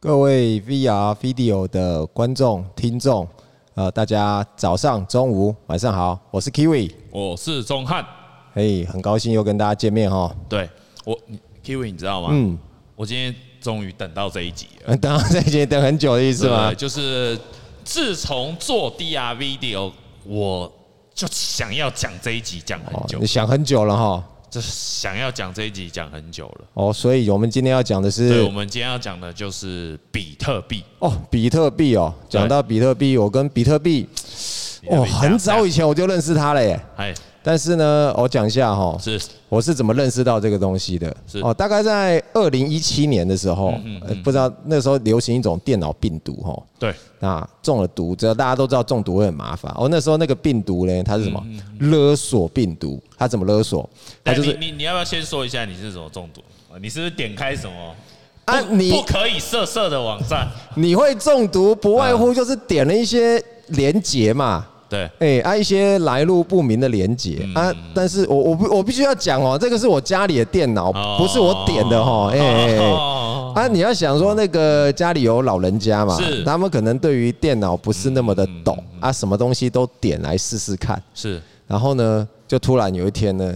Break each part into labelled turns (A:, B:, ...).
A: 各位 VR Video 的观众、听众，呃，大家早上、中午、晚上好，我是 Kiwi，
B: 我是钟汉。
A: 嘿很高兴又跟大家见面哈。
B: 对我你，Kiwi，你知道吗？
A: 嗯，
B: 我今天终于等到这一集了，
A: 呃等到这一节等很久的意思吗
B: 对？就是自从做 DR video，我就想要讲这一集讲很
A: 哦，
B: 久
A: 你，想很久了哈。
B: 就是想要讲这一集讲很久了。
A: 哦，所以我们今天要讲的
B: 对，
A: 是
B: 我们今天要讲的就是比特币。
A: 哦，比特币哦。
B: 对
A: 讲到比特币，我跟比特币，哦，很早以前我就认识他了耶。
B: 哎，
A: 但是呢，我讲一下哈、
B: 是
A: 我是怎么认识到这个东西的？
B: 是嗯
A: 哦，大概在二零一七年的时候，呃不知道那时候流行一种电脑病毒哈、哦，
B: 对，
A: 那中了毒，知道大家都知道中毒会很麻烦。哦，那时候那个病毒呢，它是什么？
B: 嗯
A: 勒索病毒，它怎么勒索？它
B: 但
A: 就
B: 哎你
A: 是
B: 你你要不要先说一下你是怎么中毒？你是不是点开什么
A: 啊，
B: 不
A: 你
B: 可以色色的网站？
A: 你会中毒，不外乎就是点了一些连结嘛。
B: 对，
A: 哎、啊，一些来路不明的连接、
B: 嗯
A: 啊，但是我我不我必须要讲哦，这个是我家里的电脑，
B: 哦
A: 不是我点的哦，哎、哎哎
B: 哦
A: 啊，你要想说那个家里有老人家嘛
B: 是，嗯
A: 他们可能对于电脑不是那么的懂啊，什么东西都点来试试看。
B: 是
A: 然后呢，就突然有一天呢，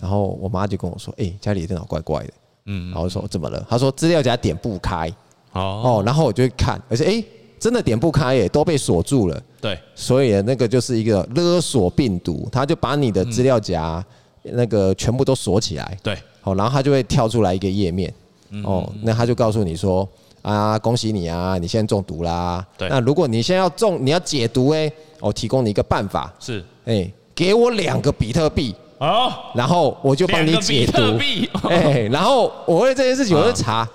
A: 然后我妈就跟我说：“哎，家里的电脑怪怪的。”嗯，然后我说怎么了？她说资料夹点不开
B: 哦，
A: 哦，然后我就看，而且哎，真的点不开耶，都被锁住了。
B: 对，
A: 所以那个就是一个勒索病毒，它就把你的资料夹那个全部都锁起来。
B: 对，
A: 好，然后它就会跳出来一个页面，哦，那它就告诉你说啊，恭喜你啊，你现在中毒啦。
B: 对
A: 那如果你现在要中，你要解毒哎、我提供你一个办法，
B: 是
A: 哎、给我两个比特币，
B: 哦。
A: 然后我就帮你解毒。
B: 两个比特币啊
A: 哎、然后我为这件事情我就查，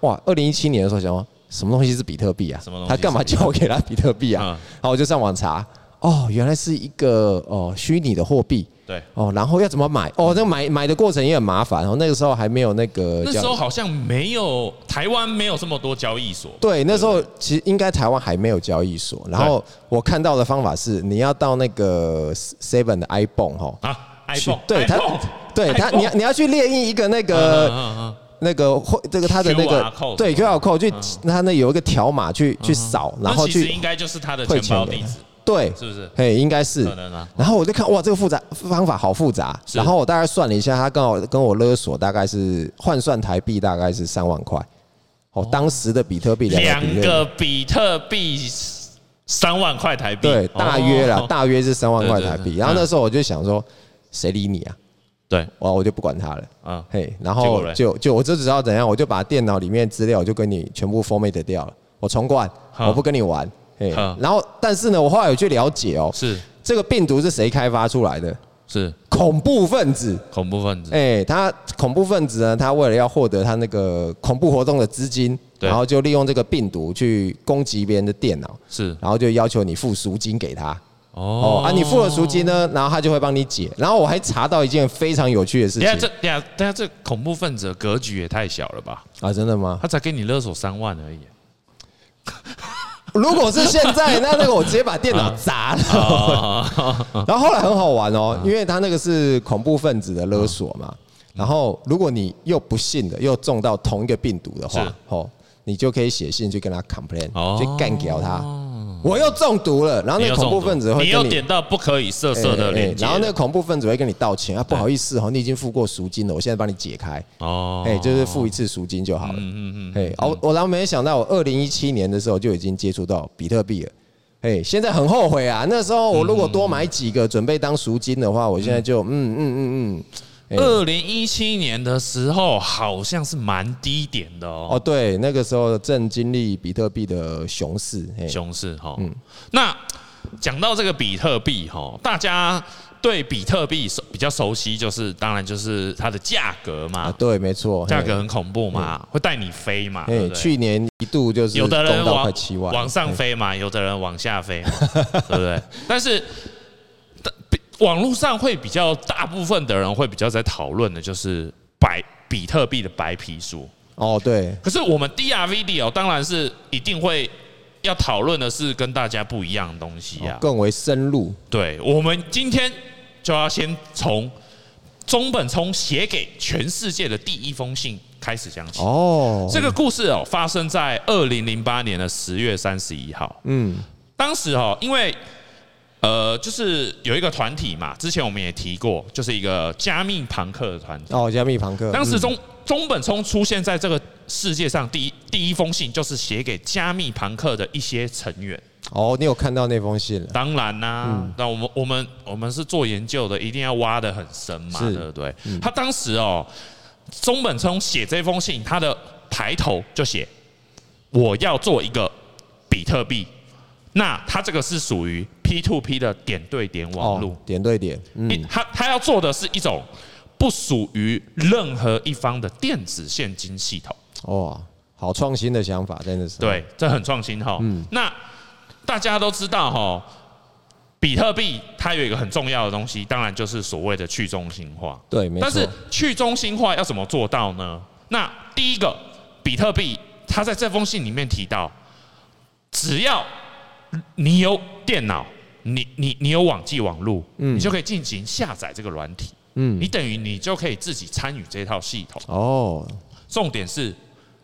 A: 哇，二零一七年的时候想说，什么东西是比特币啊？
B: 什么东西
A: 他干嘛叫我给他比特币啊？
B: 嗯
A: 然后我就上网查，哦，原来是一个哦虚拟的货币。
B: 对
A: 哦，然后要怎么买？哦，那买买的过程也很麻烦。哦，那个时候还没有那个
B: 那
A: 叫
B: 时候好像没有台湾没有这么多交易所，
A: 对，那时候其实应该台湾还没有交易所。然后我看到的方法是，你要到那个 Seven 的 iPhone 哈、
B: 啊
A: 去
B: ，iPhone，
A: 对他呃
B: iPhone，
A: 对他，
B: iPhone
A: 你要你要去列印一个那
B: 嗯
A: 个
B: 嗯嗯
A: 那个会这个他的那
B: QR code 嗯
A: 个对
B: 什
A: QR code 去，他那有一个条码去去扫，然后
B: 那其实
A: 去
B: 应该就是他的
A: 汇
B: 钱
A: 钱
B: 包
A: 给
B: 地
A: 他
B: 址，。
A: 对，
B: 是不是
A: 嘿，应该是
B: 可能啊。
A: 然后我就看哇，这个复杂方法好复杂。
B: 是
A: 然后我大概算了一下，他刚好跟我勒索大概是换算台币大概是三万块。哦，当时的比特币两
B: 两
A: 个比特币
B: 个比特币三万块台币，
A: 对，大约啦
B: 哦，
A: 大约是三万块
B: 对对
A: 台币。
B: 对
A: 然后
B: 嗯
A: 那时候我就想说，谁理你啊？
B: 对，
A: 哇，我就不管他了。
B: 嗯，
A: 嘿，然
B: 结果
A: 后
B: 嘞
A: 就就我就知道怎样，我就把电脑里面资料我就跟你全部 format 掉了，我重灌，
B: 哈
A: 我不跟你玩。嘿
B: 哈，
A: 然后但是呢，我后来有去了解哦，
B: 是
A: 这个病毒是谁开发出来的？
B: 是
A: 恐怖分子。
B: 恐怖分子，
A: 哎、他恐怖分子呢，他为了要获得他那个恐怖活动的资金，
B: 对
A: 然后就利用这个病毒去攻击别人的电脑，
B: 是
A: 然后就要求你付赎金给他。
B: 哦
A: 哦啊，你付了赎金呢，然后他就会帮你解。然后我还查到一件非常有趣的事
B: 等下这
A: 情
B: 等下等下这恐怖分子的格局也太小了吧？
A: 啊，真的吗？
B: 他才给你勒索三万而已，
A: 如果是现在，那那个我直接把电脑砸了。然后后来很好玩哦，
B: 嗯
A: 因为他那个是恐怖分子的勒索嘛。然后如果你又不幸的又中到同一个病毒的话
B: 是，
A: 哦，你就可以写信去跟他 complain，
B: 哦
A: 去干掉他。我又中毒了，然啊后那个
B: 你又
A: 恐怖
B: 中毒
A: 分子会
B: 你
A: 跟
B: 又
A: 你
B: 点到不可以色色
A: 哎哎
B: 的
A: 哎
B: 链接了，
A: 然后那个恐怖分子会跟你道歉啊，不好意思哦，你已经付过赎金了，我现在帮你解开。
B: 哦，
A: 哎、就是付一次赎金就好了。嗯嗯嗯。哎、我我然后没想到，我二零一七年的时候就已经接触到比特币了。哎、现在很后悔啊！那时候我
B: 嗯
A: 如果多买几个，准备当赎金的话，我现在就嗯嗯嗯嗯。哎
B: 二零一七年的时候好像是蛮低点的哦，
A: 哦，对，那个时候正经历比特币的熊市。哎、
B: 熊市哈。那讲到这个比特币哈，大家对比特币熟比较熟悉，就是当然就是它的价格
A: 啊，
B: 嘛，
A: 对，没错。
B: 价格很恐怖嘛，会带你飞嘛，
A: 哎、
B: 对不对？
A: 去年一度就是
B: 有的人
A: 攻到
B: 往
A: 快七万，
B: 往上飞嘛，有的人往下飞嘛， 对不对？但是但比网络上会比较大部分的人会比较在讨论的就是白比特币的白皮书。
A: 哦，对，
B: 可是我们 DRVD 哦，当然是一定会要讨论的是跟大家不一样的东西啊。
A: 哦更为深入。
B: 对，我们今天就要先从中本聪写给全世界的第一封信开始讲起。
A: 哦，
B: 这个故事哦，发生在二零零八年的十月三十一号。
A: 嗯
B: 当时哦，因为呃，就是有一个团体嘛，之前我们也提过，就是一个加密朋克的团体。
A: 哦，加密朋克，
B: 当时
A: 嗯
B: 中中本聪出现在这个世界上第一第一封信，就是写给加密朋克的一些成员。
A: 哦，你有看到那封信了？
B: 当然啦、
A: 嗯
B: 那我们我们我们是做研究的，一定要挖得很深嘛，
A: 是嗯
B: 对不对？他当时哦，中本聪写这封信，他的抬头就写我要做一个比特币，那他这个是属于 P to P 的点对点网络
A: 哦，，点对点，
B: 一
A: 嗯，
B: 他他要做的是一种不属于任何一方的电子现金系统。
A: 哇，哦好创新的想法，真的是。，
B: 对，这很创新哈。
A: 嗯
B: 那大家都知道哈，比特币它有一个很重要的东西，当然就是所谓的去中心化。
A: 对，没
B: 但
A: 错
B: 是。去中心化要怎么做到呢？那第一个，比特币它在这封信里面提到，只要你有电脑，你你你有网际网路，你就可以进行下载这个软体，
A: 嗯
B: 你等于你就可以自己参与这套系统。
A: 哦
B: 重点是，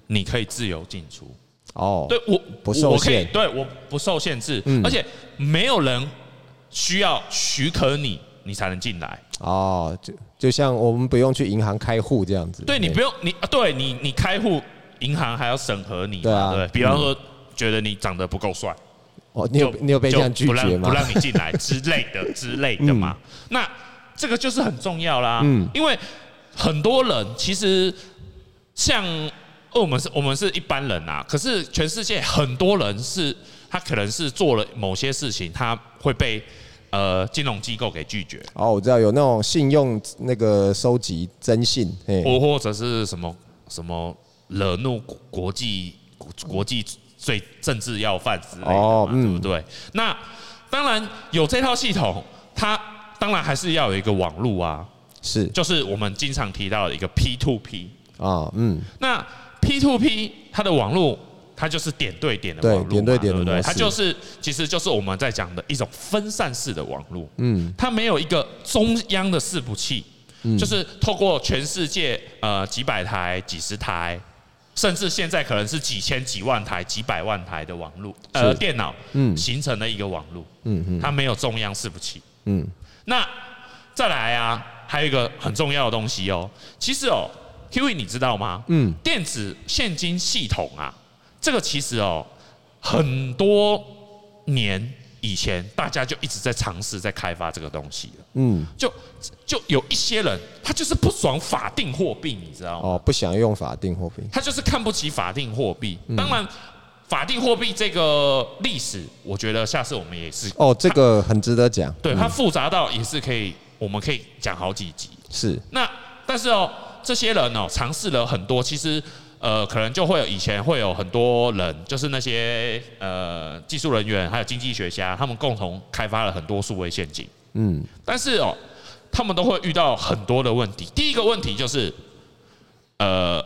B: 你可以自由进出。
A: 哦，
B: 对我
A: 不受
B: 我可以
A: 限
B: 对我不受限制，
A: 嗯
B: 而且没有人需要许可你，你才能进来。
A: 哦，就就像我们不用去银行开户这样子。
B: 对你
A: 嘿
B: 不用你啊，对你你开户，银行还要审核你嘛，
A: 对啊
B: 对比方说。觉得你长得不够帅，
A: 哦，你有
B: 就
A: 你有被这样拒
B: 就不
A: 绝
B: 让不
A: 吗？
B: 让你进来之类的之类的 嘛。那这个就是很重要啦，
A: 嗯
B: 因为很多人其实像呃我们是我们是一般人啊，可是全世界很多人是他可能是做了某些事情，他会被呃金融机构给拒绝，
A: 哦，我知道有那种信用那个收集征信，嘿，
B: 或或者是什么什么惹怒国国际国国际最政治要犯之类的嘛，
A: 哦嗯
B: 对不对？那当然有这套系统，它当然还是要有一个网路啊，
A: 是
B: 就是我们经常提到的一个 P to P。
A: 啊，嗯，
B: 那 P to P 它的网络，它就是点对点的
A: 对
B: 网络嘛，
A: 点对点的
B: 不对？
A: 模式
B: 它就是其实就是我们在讲的一种分散式的网络，
A: 嗯嗯
B: 嗯，它没有一个中央的伺服器，就是透过全世界呃几百台、几十台。甚至现在可能是几千、几万台、几百万台的网络，呃，
A: 是
B: 电脑，
A: 嗯
B: 形成了一个网络，
A: 嗯嗯
B: 它没有中央伺服器，
A: 嗯，
B: 那再来啊，还有一个很重要的东西哦。其实哦，Q E 你知道吗？
A: 嗯，
B: 电子现金系统啊，这个其实哦，很多年以前大家就一直在尝试在开发这个东西了。
A: 嗯，
B: 就就有一些人，他就是不爽法定货币，你知道吗？
A: 哦，不想用法定货币，
B: 他就是看不起法定货币。
A: 嗯
B: 当然，法定货币这个历史，我觉得下次我们也是
A: 哦，嗯这个很值得讲，
B: 对它复杂到也是可以，我们可以讲好几集。
A: 是，
B: 那但是哦，这些人哦，尝试了很多，其实呃，可能就会有以前会有很多人，就是那些呃技术人员还有经济学家，他们共同开发了很多数位陷阱。
A: 嗯，
B: 但是哦，他们都会遇到很多的问题。第一个问题就是呃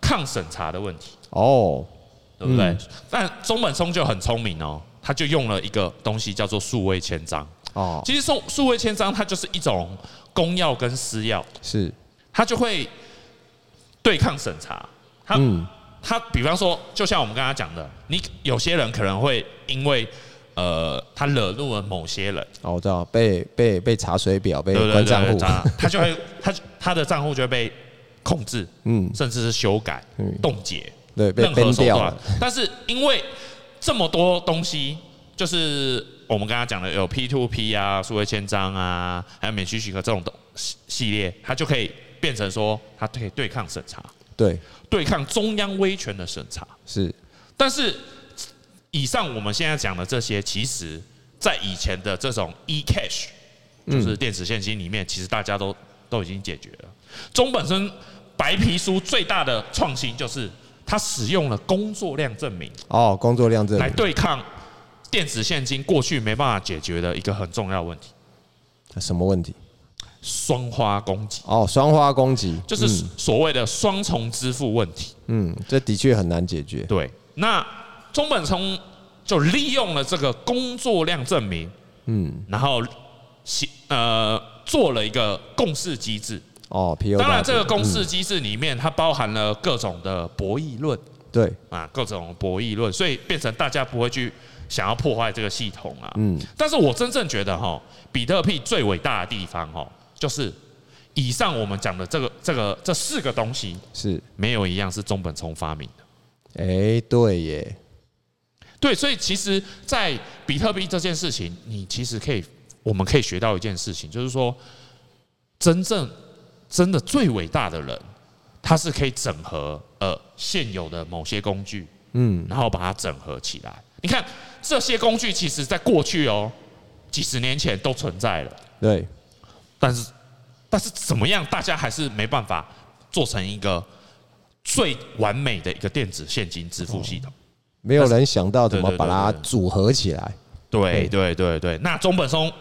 B: 抗审查的问题，
A: 哦，
B: 对不对？
A: 嗯
B: 但中本聪就很聪明哦，他就用了一个东西叫做数位签章。
A: 哦，
B: 其实数数位签章它就是一种公钥跟私钥。
A: 是，
B: 他就会对抗审查。他、
A: 嗯，
B: 他比方说，就像我们刚刚讲的，你有些人可能会因为呃，他惹怒了某些人，
A: 哦，我知道，被被被查水表，被
B: 对不对？
A: 关账
B: 对
A: 户
B: 对，他他就会他他的账户就会被控制，
A: 嗯，
B: 甚至是修改
A: 嗯、
B: 冻结，
A: 对，被
B: 任何
A: 崩
B: 手
A: 掉
B: 段
A: 了，。
B: 但是因为这么多东西，就是我们刚刚讲的有 P to P 啊、数位签章啊，还有免许许可这种东系系列，它就可以变成说，它可以对抗审查。
A: 对，
B: 对抗中央威权的审查。
A: 是，
B: 但是，以上我们现在讲的这些，其实在以前的这种 e cash，就是电子现金里面，其实大家都都已经解决了。中本身白皮书最大的创新就是它使用了工作量证明
A: 哦，工作量证
B: 来对抗电子现金过去没办法解决的一个很重要的问题
A: 啊什么问题？
B: ——双花攻击，
A: 哦，双花攻击，
B: 就是所谓的双重支付问题。
A: 嗯，嗯，这的确很难解决。
B: 对，那中本聪就利用了这个工作量证明，
A: 嗯，
B: 然后写呃做了一个共识机制，
A: 哦，P O。
B: 当然，这个公式机制里面它包含了各种的博弈论
A: 对，
B: 啊，各种博弈论，所以变成大家不会去想要破坏这个系统啊。
A: 嗯，
B: 但是我真正觉得哈，比特币最伟大的地方哈，就是以上我们讲的这个这个这四个东西，
A: 是，
B: 没有一样是中本聪发明的。
A: 哎、对耶，
B: 对，所以其实，在比特币这件事情，你其实可以，我们可以学到一件事情，就是说，真正真的最伟大的人，他是可以整合呃现有的某些工具，
A: 嗯，
B: 然后把它整合起来。你看这些工具，其实在过去哦几十年前都存在了，
A: 对，
B: 但是但是怎么样，大家还是没办法做成一个最完美的一个电子现金支付系统。
A: 没有人想到怎么
B: 对对对
A: 把它
B: 对
A: 组合起来，
B: 对对对对，那中本松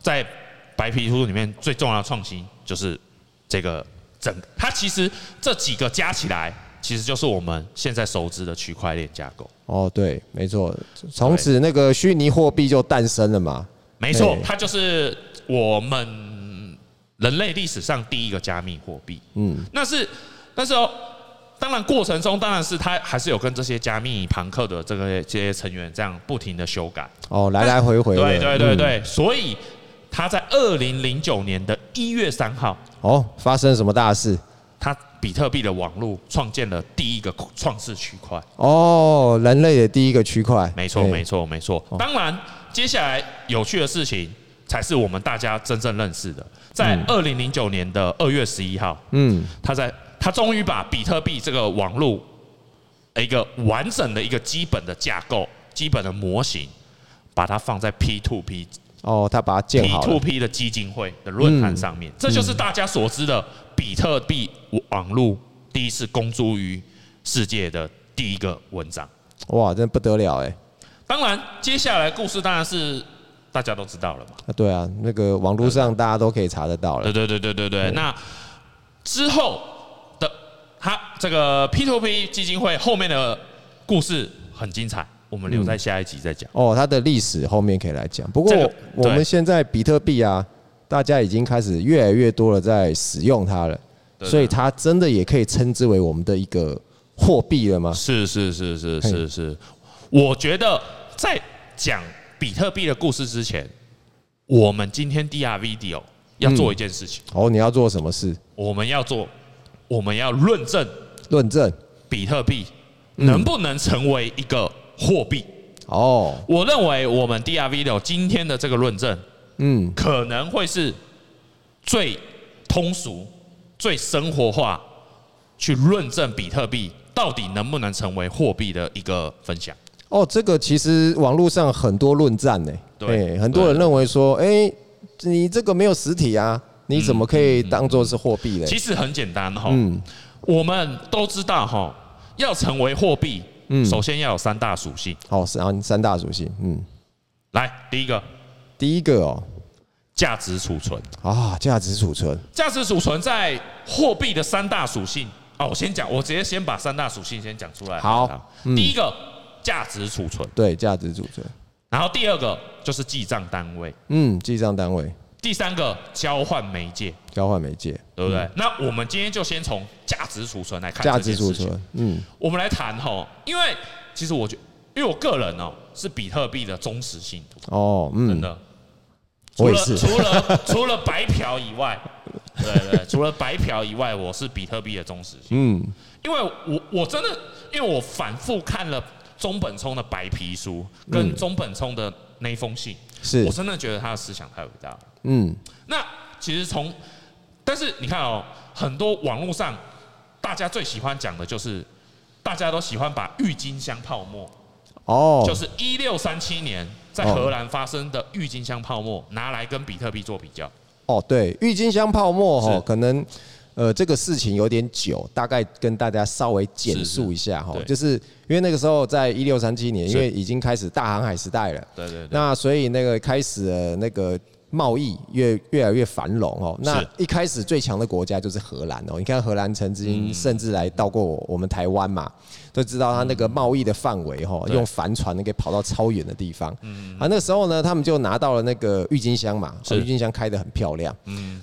B: 在白皮书里面最重要的创新就是这个整，它其实这几个加起来，其实就是我们现在熟知的区块链架构。
A: 哦，对，没错，从此那个虚拟货币就诞生了嘛，
B: 没错
A: 对，
B: 它就是我们人类历史上第一个加密货币。
A: 嗯，
B: 那是那时候，当然过程中当然是它还是有跟这些加密朋克的这个这些成员这样不停的修改。
A: 哦，来来回回的，
B: 对对对
A: 嗯，
B: 对，所以他在二零零九年的一月三号，
A: 哦，发生什么大事？
B: 他比特币的网络创建了第一个创世区块。
A: 哦，人类的第一个区块，
B: 没错，
A: 哎
B: 没错，没错。当然，接下来有趣的事情才是我们大家真正认识的。在二零零九年的二月十一号，
A: 嗯，
B: 他在他终于把比特币这个网络一个完整的一个基本的架构、基本的模型，把它放在 P to P
A: 哦，他把它建
B: P
A: 好
B: to
A: 了，嗯
B: P 的基金会的论坛上面，这就是大家所知的比特币网络第一次公诸于世界的第一个文章。
A: 哇，真不得了哎！
B: 当然，接下来故事当然是大家都知道了嘛。
A: 啊，对啊，那个网络上大家都可以查得到了
B: 对。对对对对
A: 嗯
B: 对。那之后的他这个 P to P 基金会后面的故事很精彩，我们留
A: 嗯
B: 在下一集再讲。
A: 哦，它的历史后面可以来讲。不过
B: 这个
A: 我们
B: 对
A: 现在比特币啊，大家已经开始越来越多的在使用它了，
B: 对
A: 所以它真的也可以称之为我们的一个货币了吗？
B: 是是是是是是，我觉得在讲比特币的故事之前，我们今天 DR video 要做一件事情，
A: 哦，你要做什么事？
B: 我们要做，我们要论证
A: 论证
B: 比特币能不能成为一个货币。
A: 哦，
B: 我认为我们 DR video 今天的这个论证
A: 嗯，
B: 可能会是最通俗、最生活化去论证比特币到底能不能成为货币的一个分享。
A: 哦，这个其实网络上很多论战呢，
B: 对
A: 哎很多人认为说，哎，你这个没有实体啊，你怎
B: 嗯
A: 么可以当做是货币嘞？
B: 其实很简单哈，
A: 嗯
B: 我们都知道哈，要成为货币，
A: 嗯
B: 首先要有三大属性。
A: 好，三三大属性，嗯，
B: 来，第一个
A: 第一个哦，
B: 价值储存，
A: 啊，价值储存，
B: 价值储存在货币的三大属性哦，我先讲，我直接先把三大属性先讲出来。
A: 好嗯
B: 第一个价值储存，
A: 对，价值储存，
B: 然后第二个就是记账单位，
A: 嗯，记账单位。
B: 第三个交换媒介，
A: 交换媒介，
B: 对不对？那我们今天就先从价值储存来看
A: 价
B: 这
A: 值
B: 件
A: 储
B: 事情
A: 存，嗯，
B: 我们来谈吼，因为其实我觉，因为我个人哦是比特币的忠实信徒，
A: 哦，嗯
B: 真，的。除
A: 我也
B: 了
A: 是，
B: 除了除了白嫖以外，对对，除了白嫖以外，我是比特币的忠实信徒，
A: 嗯，
B: 因为我我真的因为我反复看了中本聪的白皮书跟中本聪的那一封信，
A: 嗯是
B: 我，真的觉得他的思想太伟大了。
A: 嗯，
B: 那其实从，但是你看哦，很多网络上大家最喜欢讲的就是，大家都喜欢把郁金香泡沫，
A: 哦
B: 就，是一六三七年在荷兰发生的郁金香泡沫，拿来跟比特币做比较。
A: 哦，对，郁金香泡沫哈，
B: 是
A: 可能呃这个事情有点久，大概跟大家稍微
B: 是
A: 简
B: 是
A: 述一下哈，
B: 对
A: 就是因为那个时候在一六三七年，因
B: 是
A: 为已经开始大航海时代了，
B: 对对对，
A: 那所以那个开始了那个贸易越越来越繁荣哦。那
B: 是
A: 一开始最强的国家就是荷兰哦。你看荷兰曾经
B: 嗯
A: 甚至来到过我们台湾嘛，都知道它那个贸易的范围哦，
B: 对
A: 用帆船可以跑到超远的地方。啊，那时候呢，他们就拿到了那个郁金香嘛，
B: 嗯是嗯
A: 哦郁金香开得很漂亮。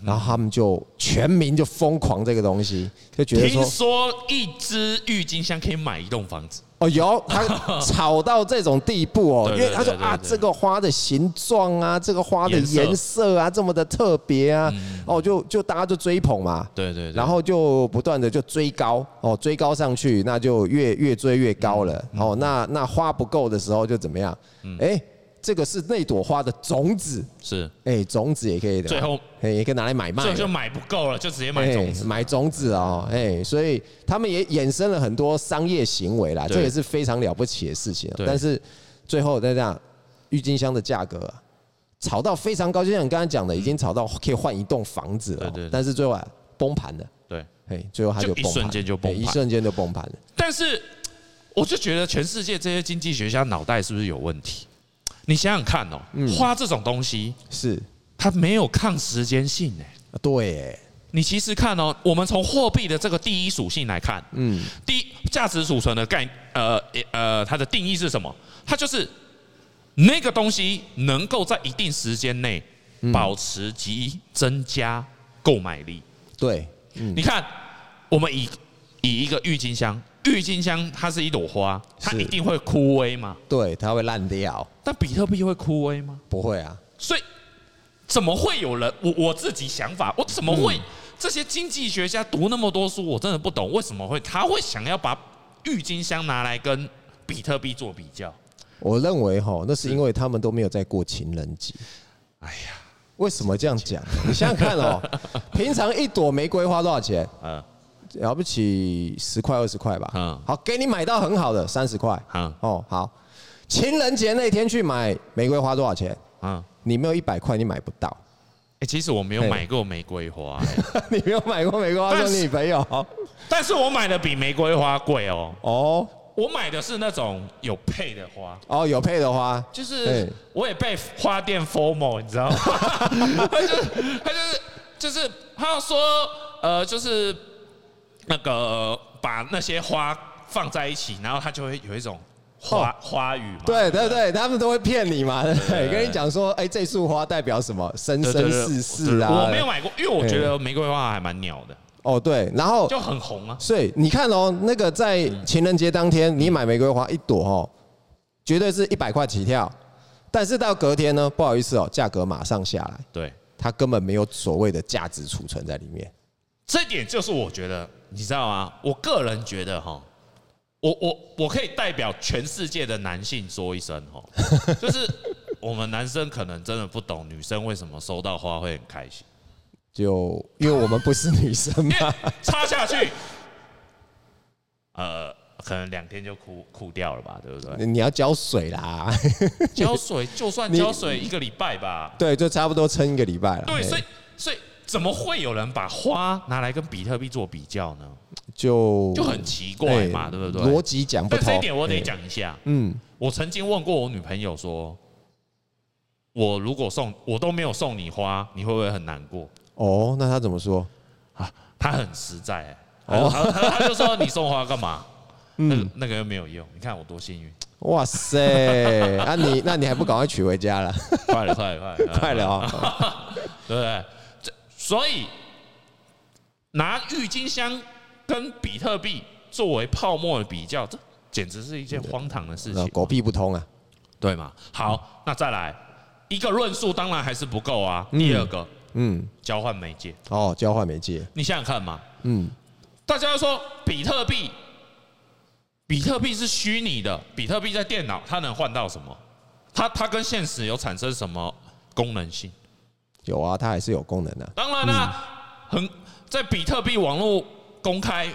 A: 然后他们就全民就疯狂这个东西，就觉得
B: 听
A: 说
B: 说一支郁金香可以买一栋房子，
A: 哦，有 他炒到这种地步哦，
B: 对
A: 因
B: 对
A: 为他说
B: 对对
A: 啊，
B: 对
A: 这个花的形状啊，这个花的
B: 颜色嗯
A: 颜色啊，这么的特别啊，哦，就就大家就追捧嘛，
B: 对对对，
A: 然后就不断的就追高哦，追高上去，那就越越追越高了。
B: 嗯
A: 哦，那那花不够的时候就怎么样？哎，这个是那朵花的种子，
B: 是
A: 哎，种子也可以的，
B: 最后
A: 哎也可以拿来买卖
B: 最
A: 的，
B: 后就买不够了，就直接买种子
A: 哎，买种子哦，哎，所以他们也衍生了很多商业行为啦，
B: 对
A: 这也是非常了不起的事情啊。
B: 对
A: 但是最后再这样，郁金香的价格啊炒到非常高，就像你刚才讲的，已经炒到可以换一栋房子了哦，
B: 对对对
A: 但是最后啊崩盘了。
B: 对。
A: 哎，最后它
B: 就一
A: 崩盘，
B: 瞬间就崩
A: 哎
B: 盘
A: 一瞬间就崩盘了。
B: 但是我就觉得全世界这些经济学家脑袋是不是有问题？你想想看哦，
A: 嗯
B: 花这种东西
A: 是，
B: 它没有抗时间性哎。
A: 对耶，
B: 你其实看哦，我们从货币的这个第一属性来看，
A: 嗯，
B: 第一价值储存的概呃呃，它的定义是什么？它就是那个东西能够在一定时间内
A: 嗯
B: 保持及增加购买力。
A: 对，
B: 你看，我们以以一个郁金香，郁金香它是一朵花，它
A: 是
B: 一定会枯萎嘛？
A: 对，它会烂掉，
B: 但比特币会枯萎吗？
A: 不会啊，
B: 所以怎么会有人？我我自己想法，我怎么会、这些经济学家读那么多书，我真的不懂为什么会他会想要把郁金香拿来跟比特币做比较？
A: 我认为哈，那是因为他们都没有在过情人节。
B: 哎呀，
A: 为什么这样讲？你想想看 哦，平常一朵玫瑰花多少钱？
B: 呃，
A: 了不起十块二十块吧。
B: 嗯
A: 好，给你买到很好的三十块。
B: 嗯
A: 哦，好，情人节那天去买玫瑰花多少钱？
B: 嗯，
A: 你没有一百块，你买不到。
B: 哎、其实我没有
A: 嘿
B: 买过玫瑰花、哎
A: 你没有买过玫瑰花
B: 但
A: 送
B: 是
A: 女朋友
B: 但是我买的比玫瑰花贵哦。
A: 哦
B: 我买的是那种有配的花，
A: 哦，有配的花
B: 就是
A: 哎
B: 我也被花店 formal，你知 道吗？他就是他就是就是他要说呃，就是那个呃把那些花放在一起，然后他就会有一种花、
A: 哦
B: 花语嘛。
A: 对对
B: 不
A: 对，他们都会骗你嘛，对不对？跟你讲说，哎，这束花代表什么？生
B: 对
A: 生
B: 对
A: 世世啊。
B: 我没有。买过，因为我觉得玫瑰花还蛮鸟的，
A: 哦，对，然后
B: 就很红啊。
A: 所以你看哦，那个在情人节当天，你买玫瑰花一朵哦，绝对是一百块起跳。但是到隔天呢，不好意思哦，价格马上下来，
B: 对，
A: 它根本没有所谓的价值储存在里面。
B: 这点就是我觉得，你知道吗？我个人觉得哈，我我我可以代表全世界的男性说一声哈， 就是我们男生可能真的不懂女生为什么收到花会很开心，
A: 就因为我们不是女生 嘛
B: 因，为插下去，呃，可能两天就枯枯掉了吧，对不对？
A: 你要浇水啦，
B: 浇水就算
A: 你
B: 浇水一个礼拜吧，
A: 对，就差不多撑一个礼拜哎了。
B: 对，
A: 嘿
B: 所以所以怎么会有人把花拿来跟比特币做比较呢？
A: 就
B: 就很奇怪嘛，
A: 嘿
B: 对不对？
A: 哎逻辑讲不
B: 但
A: 通。
B: 这一点我得
A: 嘿，
B: 讲一下。
A: 嗯，
B: 我曾经问过我女朋友说，我如果送我都没有送你花，你会不会很难过？
A: 哦，那他怎么说？
B: 啊，她很实在、欸，她
A: 哦
B: 就她她就说你送花干嘛？
A: 嗯
B: 那个那个又没有用，你看我多 幸运！
A: 哇塞，啊你那你还不赶快娶回 家了？
B: 快了，快了，快 了，
A: 快了哦，
B: 对不对？这所以拿郁金香跟比特币作为泡沫的比较，这简直是一件荒唐的事
A: 那
B: 情，
A: 狗屁不通啊。
B: 对吗？好，那再来一个论述，当然还是不够啊。第二个
A: 嗯，
B: 交换媒介，
A: 哦，交换媒介，
B: 你想想看嘛，
A: 嗯，
B: 大家都说比特币，比特币是虚拟的，比特币在电脑它能换到什么？它它跟现实有产生什么功能性？
A: 有啊，它还是有功能的、
B: 当然啦、啊很在比特币网络公开，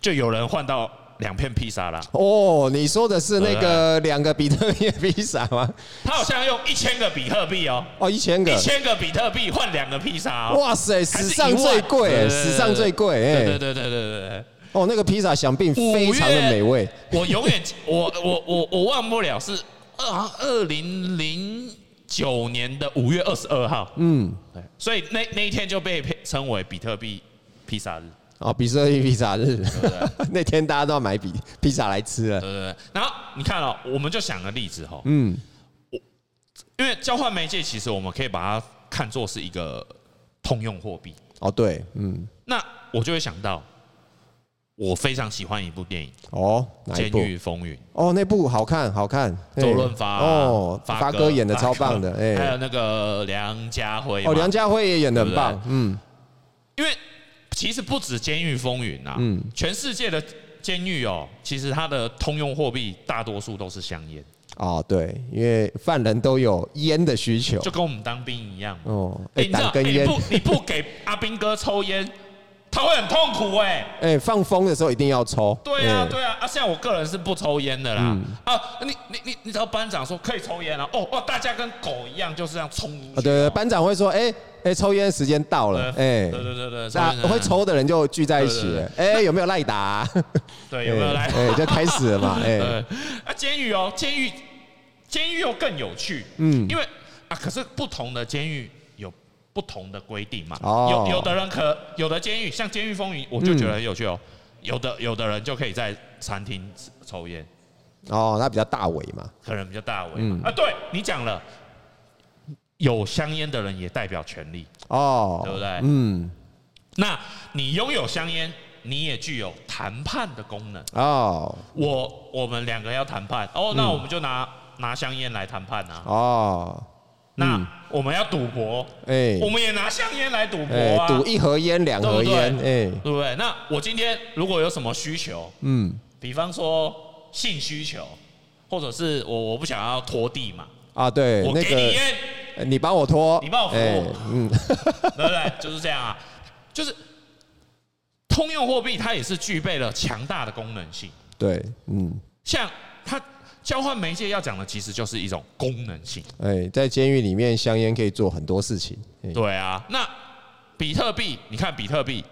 B: 就有人换到两片披萨啦。
A: 哦，你说的是那个两个比特币的披萨吗？
B: 他好像用一千个比特币哦，
A: 哦，一千
B: 一
A: 个，
B: 千个比特币换两个披萨哦。
A: 哇塞，
B: 还
A: 史
B: 是
A: 上
B: 一万
A: 最贵、欸
B: 对对对对
A: 史上最贵，哎、
B: 对对对对对对对。
A: 哦，那个披萨想必
B: 五
A: 非常的美味，
B: 月。我永远我我我我忘不了是二好像二零零九年的五月二十二号，
A: 嗯，
B: 对，所以那那一天就被称为比特币披萨日，
A: 哦，比特币披萨日
B: 对，
A: 那天大家都要买比披萨来吃了，
B: 对对对。然后你看哦，我们就想个例子哈、
A: 嗯，
B: 因为交换媒介其实我们可以把它看作是一个通用货币。
A: 哦，对，嗯，
B: 那我就会想到，我非常喜欢一部电影
A: 哦，
B: 《
A: 哪一
B: 监
A: 部？
B: 狱风云》，
A: 哦，那部好看，好看。嘿
B: 周润发啊
A: 哎哦，发哥演的超棒的，
B: 发哥还有
A: 哎，
B: 那个梁家辉嘛，
A: 哦，梁家辉也演的很棒
B: 对，
A: 嗯，
B: 因为其实不止《监狱风云》呐，
A: 嗯
B: 全世界的监狱哦，其实它的通用货币大多数都是香烟，
A: 哦，对，因为犯人都有烟的需求
B: 就，跟我们当兵一样嘛。
A: 哦，
B: 欸
A: 哎，
B: 你知道
A: 打，根
B: 欸你
A: 烟，
B: 不你不给阿兵哥抽烟，他会很痛苦哎、
A: 哎，放风的时候一定要抽，
B: 对啊
A: 哎，嗯
B: 对啊，啊，像我个人是不抽烟的啦。啊，你你你你知道班长说可以抽烟了、哦哦，大家跟狗一样就是这样冲出去
A: 啊，对对，班长会说，哎哎，抽烟时间到了，
B: 对
A: 哎
B: 对，对对
A: 那
B: 对，抽烟的
A: 会抽的人就聚在一起
B: 对对，
A: 哎，有没有赖打啊？
B: 对 有没有来？
A: 哎，哎就开始了 嘛，哎，
B: 对，啊，监狱哦，监狱，监狱又更有趣，
A: 嗯
B: 嗯，因为啊，可是不同的监狱有不同的规定嘛，
A: 哦嗯
B: 有有的人可有的监狱像《监狱风云》，我就觉得很有趣哦，有的有的人就可以在餐厅抽烟，
A: 哦，他比较大尾嘛，
B: 可能比较大尾
A: 嗯
B: 嘛，啊，对你讲了，有香烟的人也代表权利，
A: 哦，
B: 对不对
A: 嗯，
B: 那你拥有香烟，你也具有谈判的功能。
A: 哦
B: 我我们两个要谈判，哦，
A: 嗯
B: 那我们就拿、拿香烟来谈判啊。
A: 哦，
B: 那我们要赌博，
A: 哎
B: 我们也拿香烟来赌博
A: 哎，
B: 啊，
A: 赌一盒烟两盒烟，哎，
B: 对不对？那我今天如果有什么需求，
A: 嗯，
B: 比方说性需求，或者是我我不想要拖地嘛，
A: 啊对，
B: 我
A: 那
B: 给你
A: 个
B: 烟，
A: 哎你帮我拖，
B: 你帮我扶
A: 哎嗯，
B: 对不对？ 就是这样啊，就是通用货币它也是具备了强大的功能性，
A: 对，嗯，
B: 像它交换媒介要讲的其实就是一种功能性，
A: 哎，在监狱里面香烟可以做很多事情，哎
B: 对啊，那比特币，你看比特币，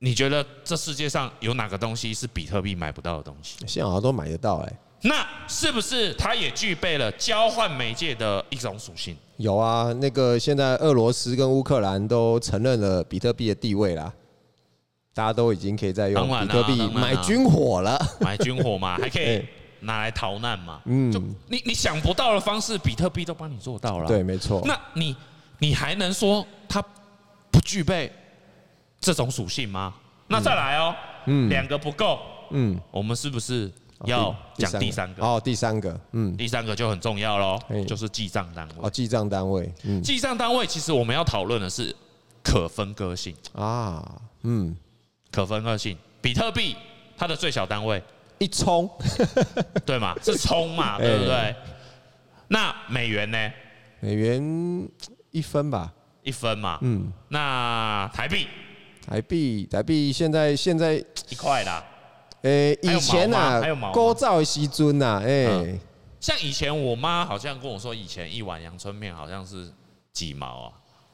B: 你觉得这世界上有哪个东西是比特币买不到的东西？
A: 现在好像都买得到，哎，
B: 那是不是它也具备了交换媒介的一种属 性？
A: 有啊，那个现在俄罗斯跟乌克兰都承认了比特币的地位啦。大家都已经可以在用
B: 当然
A: 比
B: 啊
A: 特币
B: 当然啊
A: 买军火了，
B: 买军火嘛，还可以
A: 对
B: 拿来逃难嘛？
A: 嗯
B: 就你你想不到的方式，比特币都帮你做到了。
A: 对，，没错。
B: 那你你还能说它不具备这种属性吗？那再来哦，
A: 嗯
B: 两个不够，
A: 嗯，哦
B: 我们是不是要讲第三个？
A: 哦，第三个，嗯，
B: 第三个就很重要喽
A: 嘿，
B: 就是记账单
A: 哦，
B: 位。
A: 记账单位，嗯
B: 记账单位其实我们要讨论的是可分割性，
A: 啊，嗯，
B: 可分割性。比特币它的最小单 位
A: 一冲，
B: 对嘛，是冲嘛，
A: 哎
B: 对不对？那美元呢？
A: 美元一分吧，
B: 一分嘛。
A: 嗯，
B: 那台币
A: 台币台币现在现在，
B: 一块啦。
A: 诶、
B: 还有
A: 以前啊呐、
B: 毛吗还有毛吗
A: 勾造西尊呐，啊诶、
B: 嗯像以前我妈好像跟我说，以前一碗阳春面好像是几毛啊？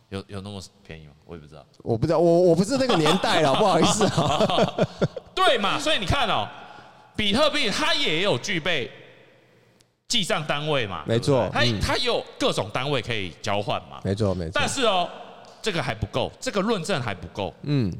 B: 有有那么便宜吗？我也不知道。
A: 我不知道，我我不是那个年代 了，不好意思啊、
B: 对嘛？所以你看哦，比特币它也有具备记账单位嘛，
A: 没错
B: 对不对
A: 嗯
B: 它它有各种单位可以交换嘛。
A: 没错没错
B: 但，是哦，这个还不够，这个论证还不够。
A: 嗯，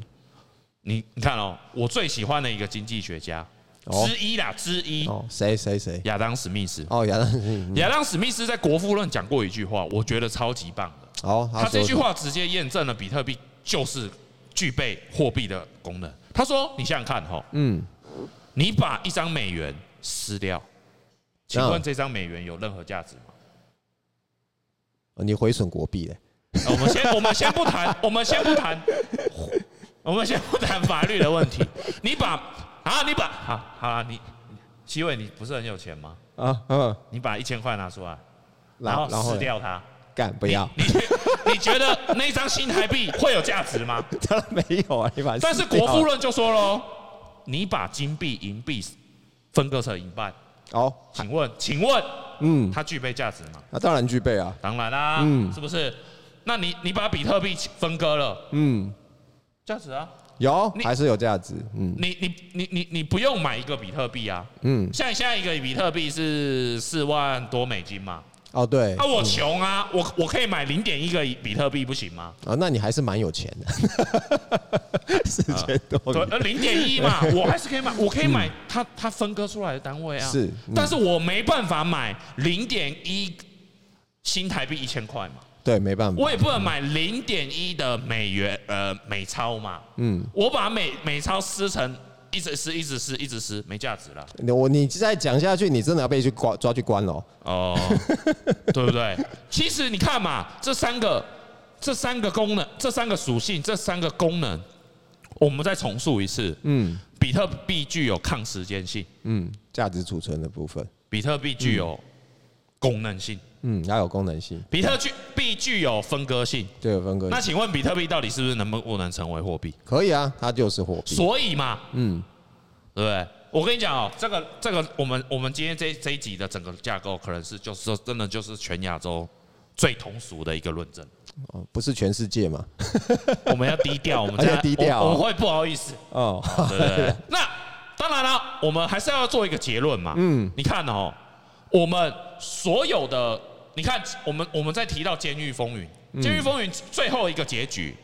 B: 你你看哦，我最喜欢的一个经济学家
A: 哦
B: 之一啦，之一
A: 哦，谁谁谁，
B: 亚当史密斯。
A: 哦，亚当，嗯
B: 亚当史密斯在《国富论》讲过一句话，我觉得超级棒的。
A: 好，
B: 他
A: 说
B: 这句
A: 什么，
B: 话直接验证了比特币就是具备货币的功能。他说：“你想想看哈、哦，
A: 嗯，
B: 你把一张美元撕掉，请
A: 嗯
B: 问这张美元有任何价值吗？
A: 哦你毁损国币嘞，
B: 呃我们先我们先不谈，我们先不谈，我们先不谈法律的问题。你把啊，你把好好啊，你七伟，你不是很有钱吗？
A: 啊，嗯，
B: 你把一千块拿出来，然
A: 然后
B: 后
A: 然后
B: 撕
A: 嘞
B: 掉它，
A: 干不要，
B: 你你觉得那张新台币会有价值吗？
A: 当然没有啊，你 把它
B: 但是
A: 撕掉
B: 国富论就说喽，你把金币、银币分割成一半，
A: 哦，
B: 请问，请问
A: 嗯，
B: 它具备价值吗？
A: 那当然具备啊，
B: 当然啦、
A: 嗯
B: 是不是？那你你把比特币分割了，
A: 嗯，
B: 价值啊，
A: 有
B: 你
A: 还是有价值，嗯
B: 你你你你你不用买一个比特币啊，
A: 嗯，
B: 像现在一个比特币是四万多美金嘛，
A: 哦对，
B: 啊，我穷啊，我我可以买零点一个比特币不行吗？
A: 啊，那你还是蛮有钱的， 四千多
B: 对，
A: 元，
B: 呃，零点一嘛，我还是可以买，我可以买它它分割出来的单位啊。
A: 嗯是嗯
B: 但是我没办法买零点一新台币一千块嘛，
A: 对，没办法，
B: 我也不能买零点一的美元呃美钞嘛，
A: 嗯，
B: 我把美美钞撕成一直撕一直撕一直撕，没价值了。
A: 你我你再讲下去，你真的要被去关抓去关了。
B: 哦， 对不对？其实你看嘛，这三个、这三个功能、这三个属性、这三个功能，我们再重述一次。
A: 嗯
B: 比特币具有抗时间性，
A: 嗯，价值储存的部分，
B: 比特币具有功能性，
A: 嗯，要有功能性，
B: 比特具币具有分割性。
A: 对，有分割
B: 那请问比特币到底是不是能不能成为货币？
A: 可以啊，它就是货币。
B: 所以嘛，
A: 嗯，
B: 对不对？我跟你讲哦，这个这个，我们我们今天这这一集的整个架构，可能是就是说，真的就是全亚洲最通俗的一个论 证。
A: 哦，不是全世界嘛？
B: 我们要低调，我 们
A: 而且
B: 这样
A: 低调哦
B: 我我们会不好意思，
A: 哦，
B: 对不对？ 那当然了，我们还是要做一个结论嘛。
A: 嗯
B: 嗯，你看哦，我们所有的，你看我们我们在提到《监狱风云》，《监狱风云》最后一个结局，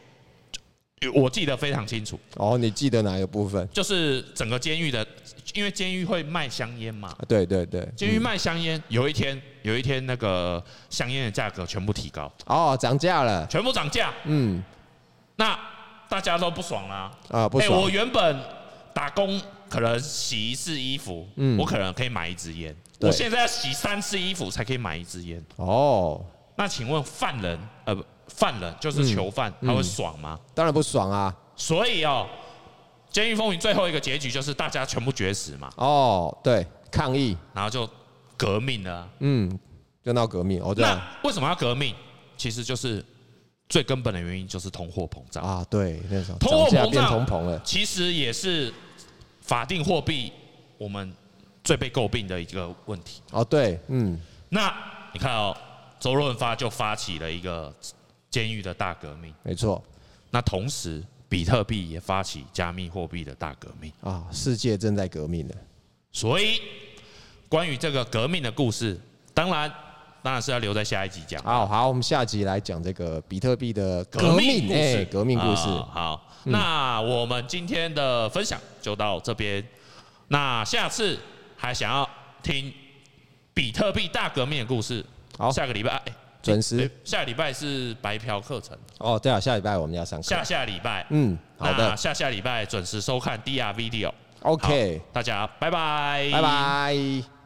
B: 我记得非常清楚，
A: 哦，你记得哪个部分？
B: 就是整个监狱的，因为监狱会卖香烟嘛，
A: 啊对对对，
B: 监狱卖香烟，有一天有一天那个香烟的价格全部提高，
A: 哦，涨价了，
B: 全部涨价，
A: 嗯
B: 那大家都不爽啦、
A: 啊，不
B: 哎、我
A: 爽，
B: 原本打工可能洗一次衣服，
A: 嗯
B: 我可能可以买一支烟，
A: 对
B: 我现在要洗三次衣服才可以买一支烟。
A: 哦，
B: 那请问犯人，呃，不，犯人就是囚犯，
A: 嗯
B: 他会爽吗？
A: 当然不爽啊，
B: 所以哦，《监狱风云》最后一个结局就是大家全部绝食嘛，
A: 哦，对，抗议，
B: 然后就革命了啊、
A: 嗯，就闹革命，哦，这样
B: 那为什么要革命？其实就是最根本的原因就是通货膨胀。
A: 啊，对，那时候
B: 通货
A: 涨价
B: 膨
A: 变
B: 胀
A: 通膨了，
B: 其实也是法定货币我们最被诟病的一个问题。
A: 哦，对，嗯，
B: 那你看哦，周润发就发起了一个监狱的大革命，
A: 没错
B: 那同时比特币也发起加密货币的大革命，
A: 啊，世界正在革命了，
B: 所以关于这个革命的故事，当然当然是要留在下一集讲。
A: 好好，我们下集来讲这个比特币的
B: 命故事，
A: 哎革命故事，嗯
B: 啊好，那我们今天的分享就到这边。那下次还想要听比特币大革命的故事，
A: 好
B: 下个礼拜、哎
A: 准时
B: 哎下个礼拜是白嫖课程，
A: 哦，对啊，下礼拜我们要上课
B: 下，下礼拜，
A: 嗯，好
B: 那
A: 的
B: 下下礼拜准时收看 DR Video。
A: ，OK，
B: 好大家拜拜，
A: 拜。拜。